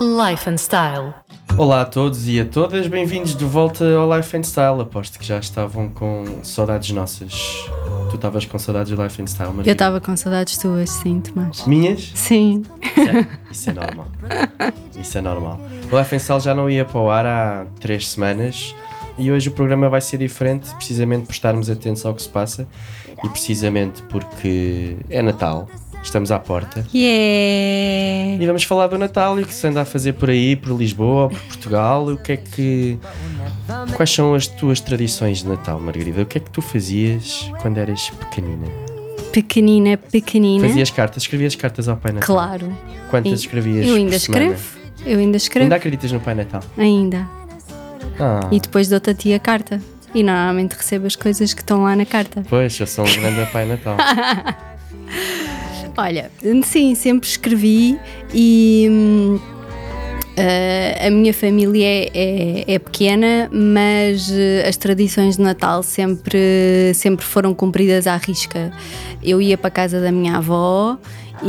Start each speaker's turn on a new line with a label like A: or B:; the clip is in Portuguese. A: Life and Style.
B: Olá a todos e a todas, bem-vindos de volta ao Life and Style. Aposto que já estavam com saudades nossas. Tu estavas com saudades do Life and Style, Maria?
C: Eu estava com saudades tuas, sim, Tomás.
B: Minhas?
C: Sim,
B: Isso é normal. Isso é normal. O Life and Style já não ia para o ar há três semanas e hoje o programa vai ser diferente, precisamente por estarmos atentos ao que se passa e precisamente porque é Natal, estamos à porta.
C: yeah!
B: E vamos falar do Natal e o que se anda a fazer por aí, por Lisboa, por Portugal. O que é que. Quais são as tuas tradições de Natal, Margarida? O que é que tu fazias quando eras pequenina?
C: Pequenina, pequenina.
B: Fazias cartas? Escrevias cartas ao Pai Natal?
C: Hum? Claro.
B: Quantas
C: E-
B: escrevias?
C: Eu ainda
B: por semana?
C: escrevo. Eu ainda escrevo.
B: Ainda acreditas no Pai Natal?
C: Ainda.
B: Ah,
C: E depois dou-te a ti a carta. E normalmente recebo as coisas que estão lá na carta.
B: pois, eu sou um grande Pai Natal.
C: Olha, sim, sempre escrevi e hum, eh, a minha família é, é- é pequena, mas eh, as tradições de Natal sempre, sempre foram cumpridas à risca. Eu ia para a casa da minha avó